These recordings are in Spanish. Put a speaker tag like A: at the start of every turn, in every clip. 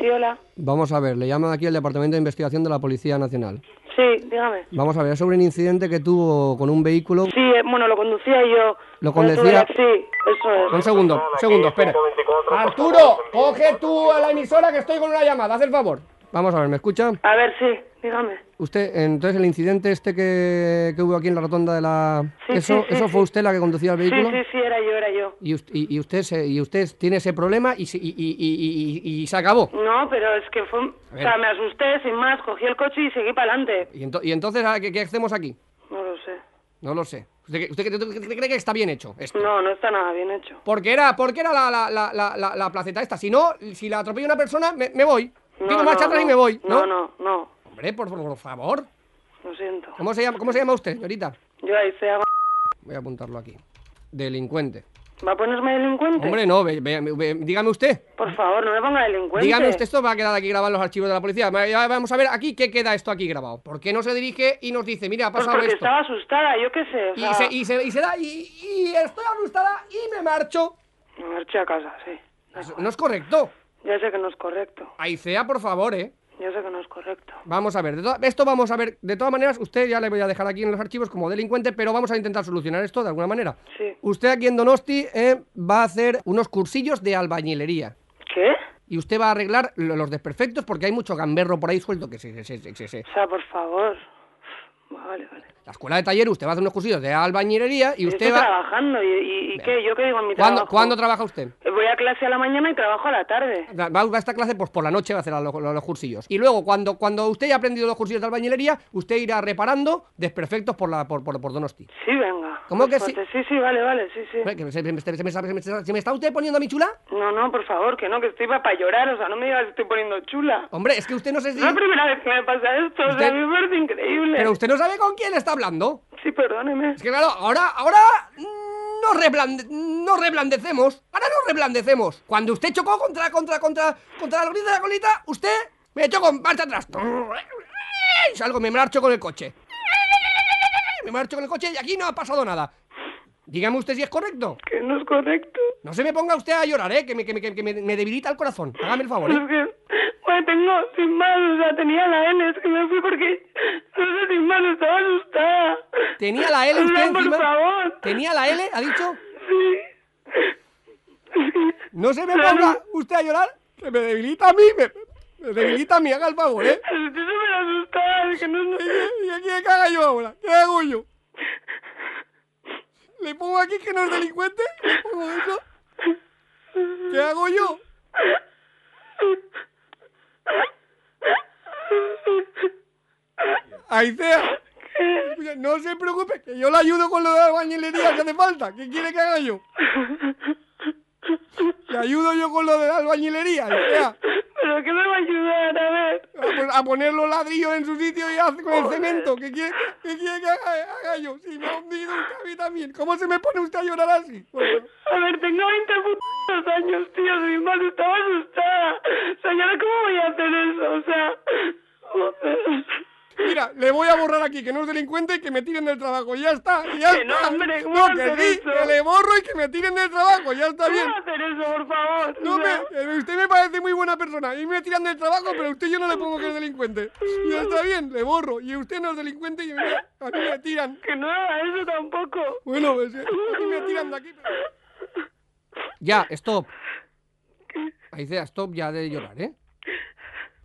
A: día.
B: Vamos a ver, le llaman aquí el Departamento de Investigación de la Policía Nacional.
A: Sí, dígame.
B: Vamos a ver, es sobre un incidente que tuvo con un vehículo.
A: Sí, eh, bueno, lo conducía yo.
B: ¿Lo
A: Por eso
B: conducía?
A: era- Sí, eso es.
B: Un segundo, un segundo, espera. Arturo, coge tú a la emisora que estoy con una llamada, haz el favor. Vamos a ver, ¿me escucha?
A: A ver, sí, dígame.
B: Usted, entonces el incidente este que, que hubo aquí en la rotonda de la...
A: Sí,
B: ¿Eso,
A: sí, sí,
B: eso fue
A: sí.
B: usted la que conducía el
A: Sí,
B: vehículo?
A: sí, sí, era yo, era yo.
B: Y, us- y- y usted se- y usted tiene ese problema y se, y, y- y- y- y se acabó.
A: No, pero es que fue... un- O
B: A ver.
A: sea, me asusté, sin más, cogí el coche y seguí para adelante.
B: Y, ento- y entonces, ¿ahora ¿qué, qué hacemos aquí?
A: No lo sé.
B: No lo sé. ¿Usted, qué- usted qué- qué cree que está bien hecho esto?
A: No, no está nada bien hecho.
B: Porque era, porque era la, la, la- la- la- la placeta esta. Si no, si la atropella una persona, me, me voy.
A: No,
B: Pido marcha
A: no,
B: atrás y
A: no.
B: me voy.
A: No,
B: No,
A: no, no.
B: Hombre, por, por favor.
A: Lo siento.
B: ¿Cómo se, llama, ¿Cómo se llama usted, señorita?
A: Yo ahí se hago...
B: Voy a apuntarlo aquí. Delincuente.
A: ¿Va a ponerme delincuente?
B: Hombre, no, ve- ve- ve- dígame usted.
A: Por favor, no me ponga delincuente.
B: Dígame usted, esto va a quedar aquí grabado en los archivos de la policía. Va- ya Vamos a ver aquí qué queda esto aquí grabado. ¿Por qué no se dirige y nos dice, mira, ha
A: Pues
B: pasado
A: porque
B: esto?
A: estaba asustada, yo qué sé. O
B: Y
A: sea,
B: se, y, se, y se da, y, y estoy asustada y me marcho.
A: Me marché a casa, sí.
B: Eso no es correcto.
A: Ya sé que no es correcto.
B: Aicea, por favor, ¿eh?
A: Ya sé que no es correcto.
B: Vamos a ver, de to- esto vamos a ver. De todas maneras, usted ya le voy a dejar aquí en los archivos como delincuente, pero vamos a intentar solucionar esto de alguna manera.
A: Sí.
B: Usted aquí en Donosti eh, va a hacer unos cursillos de albañilería.
A: ¿Qué?
B: Y usted va a arreglar lo- los desperfectos porque hay mucho gamberro por ahí suelto que se... se- se- se- se-
A: O sea, por favor. Vale, vale.
B: La escuela de taller, usted va a hacer unos cursillos de albañilería y
A: Yo
B: usted
A: estoy
B: va...
A: trabajando. ¿Y, y, y qué? ¿Yo qué digo en mi
B: ¿Cuándo,
A: trabajo?
B: ¿Cuándo trabaja usted?
A: Eh, Voy a clase a la mañana y trabajo a la tarde.
B: Va va a esta clase pues, por la noche, va a hacer a lo- lo- los, cursillos. Y luego, cuando, cuando usted haya aprendido los cursillos de albañilería, usted irá reparando desperfectos por, la, por, por, por Donosti.
A: Sí, venga.
B: ¿Cómo
A: Pues
B: que sí?
A: fuerte. Sí, sí, vale, vale, sí, sí.
B: Hombre, que se, se- se- se- se- se- se me está usted poniendo a mi chula?
A: No, no, por favor, que no, que estoy para llorar. O sea, no me digas que estoy poniendo chula.
B: Hombre, es que usted no sé si...
A: No es la primera vez que me pasa esto. O
B: Oh, Usted-
A: sea, me parece increíble.
B: Pero usted no sabe con quién está hablando.
A: Sí, perdóneme.
B: Es que claro, ahora, ahora mm, nos, reblande- nos reblandecemos. Ahora nos reblandecemos. Cuando usted chocó contra, contra, contra, contra la orilla de la colita, usted me echó con marcha atrás. Y Salgo, me marcho con el coche. Me marcho con el coche y aquí no ha pasado nada. Dígame usted si es correcto.
A: Que no es correcto.
B: No se me ponga usted a llorar, ¿eh? Que me, que me- que me- me debilita el corazón. Hágame el favor,
A: Es
B: ¿eh?
A: que, bueno, tengo sin más, o sea, tenía la N, es que me fui porque, no sé, sin más, estaba asustada.
B: Tenía la L
A: O
B: usted
A: sea,
B: encima.
A: por favor.
B: Tenía la L, ha dicho.
A: Sí. Es que-
B: No se me
A: o sea, no-
B: ponga usted a llorar, que me debilita a mí, me, me debilita a mí, haga el favor, ¿eh?
A: Estoy súper asustada, es que no, no-
B: ¿Y aquí qué caga yo ahora? ¿Qué hago yo? ¿Le pongo aquí que no es delincuente? ¿Le pongo eso? ¿Qué hago yo? Aicea, escucha, no se preocupe, que yo le ayudo con lo de la albañilería que hace falta. ¿Qué quiere que haga yo? Le ayudo yo con lo de la albañilería, Aicea.
A: Pero que me va a ayudar, a ver.
B: A pon- A poner los ladrillos en su sitio y hace con el cemento. ¿Qué quiere, qué quiere que haga, haga yo? Si me ha hundido usted a mí también. ¿Cómo se me pone usted a llorar así? Por favor.
A: A ver, tengo 20 putos años, tío, sin más, estaba asustada. O sea, ¿y ahora cómo voy a hacer eso? O sea, joder.
B: Mira, le voy a borrar aquí, que no es delincuente y que me tiren del trabajo. Ya está, ya
A: Que no,
B: está.
A: hombre, ¿cómo
B: no,
A: va a
B: que
A: hacer
B: sí,
A: eso?
B: que le borro y que me tiren del trabajo. Ya está
A: ¿Cómo
B: bien.
A: voy a hacer eso, por favor? O
B: No me,
A: sea,
B: eh, usted me parece muy buena persona. Y me tiran del trabajo, pero usted yo no le pongo que es delincuente. Ya está bien, le borro. Y usted no es delincuente y me- a mí me tiran.
A: Que no haga eso tampoco.
B: Bueno, pues, eh, a mí me tiran de aquí. Ya, stop. Aicea, stop ya de llorar, ¿eh?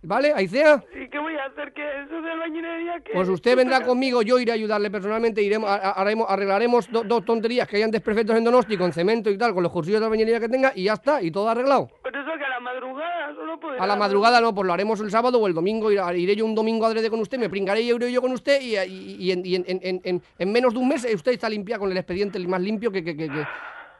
B: ¿Vale, Aicea?
A: ¿Y qué voy a hacer? ¿Qué? ¿Eso de albañilería? ¿Qué?
B: Pues usted vendrá conmigo, yo iré a ayudarle personalmente, iremos, a- a- haremos- arreglaremos do- dos tonterías que hayan desperfectos en Donosti con cemento y tal, con los cursillos de albañilería que tenga y ya está, y todo arreglado.
A: Pero eso que a la madrugada solo podrá...
B: A la madrugada no, pues lo haremos el sábado o el domingo, irá- iré yo un domingo adrede con usted, me pringaré yo, iré yo con usted y, y- y en, y en- en- en- en- en menos de un mes eh, usted está limpia con el expediente más limpio que... que- que- que-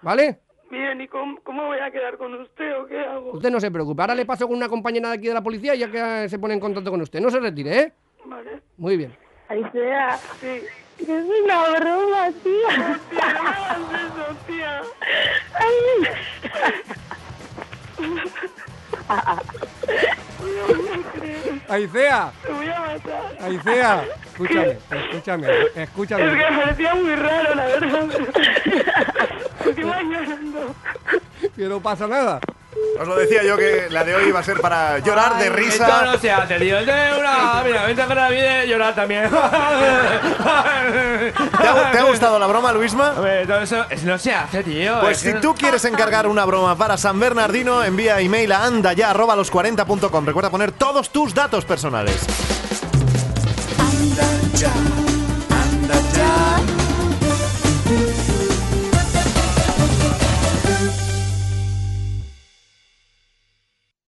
B: ¿Vale?
A: Bien, ¿y cómo, cómo voy a quedar con usted o qué hago?
B: Usted no se preocupe, ahora le paso con una compañera de aquí de la policía y ya que eh, se pone en contacto con usted. No se retire, ¿eh?
A: Vale.
B: Muy bien.
C: Aisea,
A: Sí.
C: que es una broma, tía.
A: Tía, no me hagas eso, tía.
B: Aicea,
A: Te voy a matar.
B: Aicea, escúchame, escúchame, escúchame.
A: Es que me parecía muy raro, la verdad. Encima llorando.
B: que no pasa nada.
D: Os lo decía yo que la de hoy iba a ser para llorar de
E: Esto
D: risa.
E: no se hace, tío. Esto es una... Ah, Mira, vente a la vida y llorar también.
D: ¿Te ha, te ha gustado la broma, Luisma?
E: Hombre, Pues, todo eso es- no se hace, tío.
D: Pues
E: Es
D: si
E: que-
D: tú quieres encargar una broma para San Bernardino, envía email a andaya@los40.com. Recuerda poner todos tus datos personales.
F: Anda ya,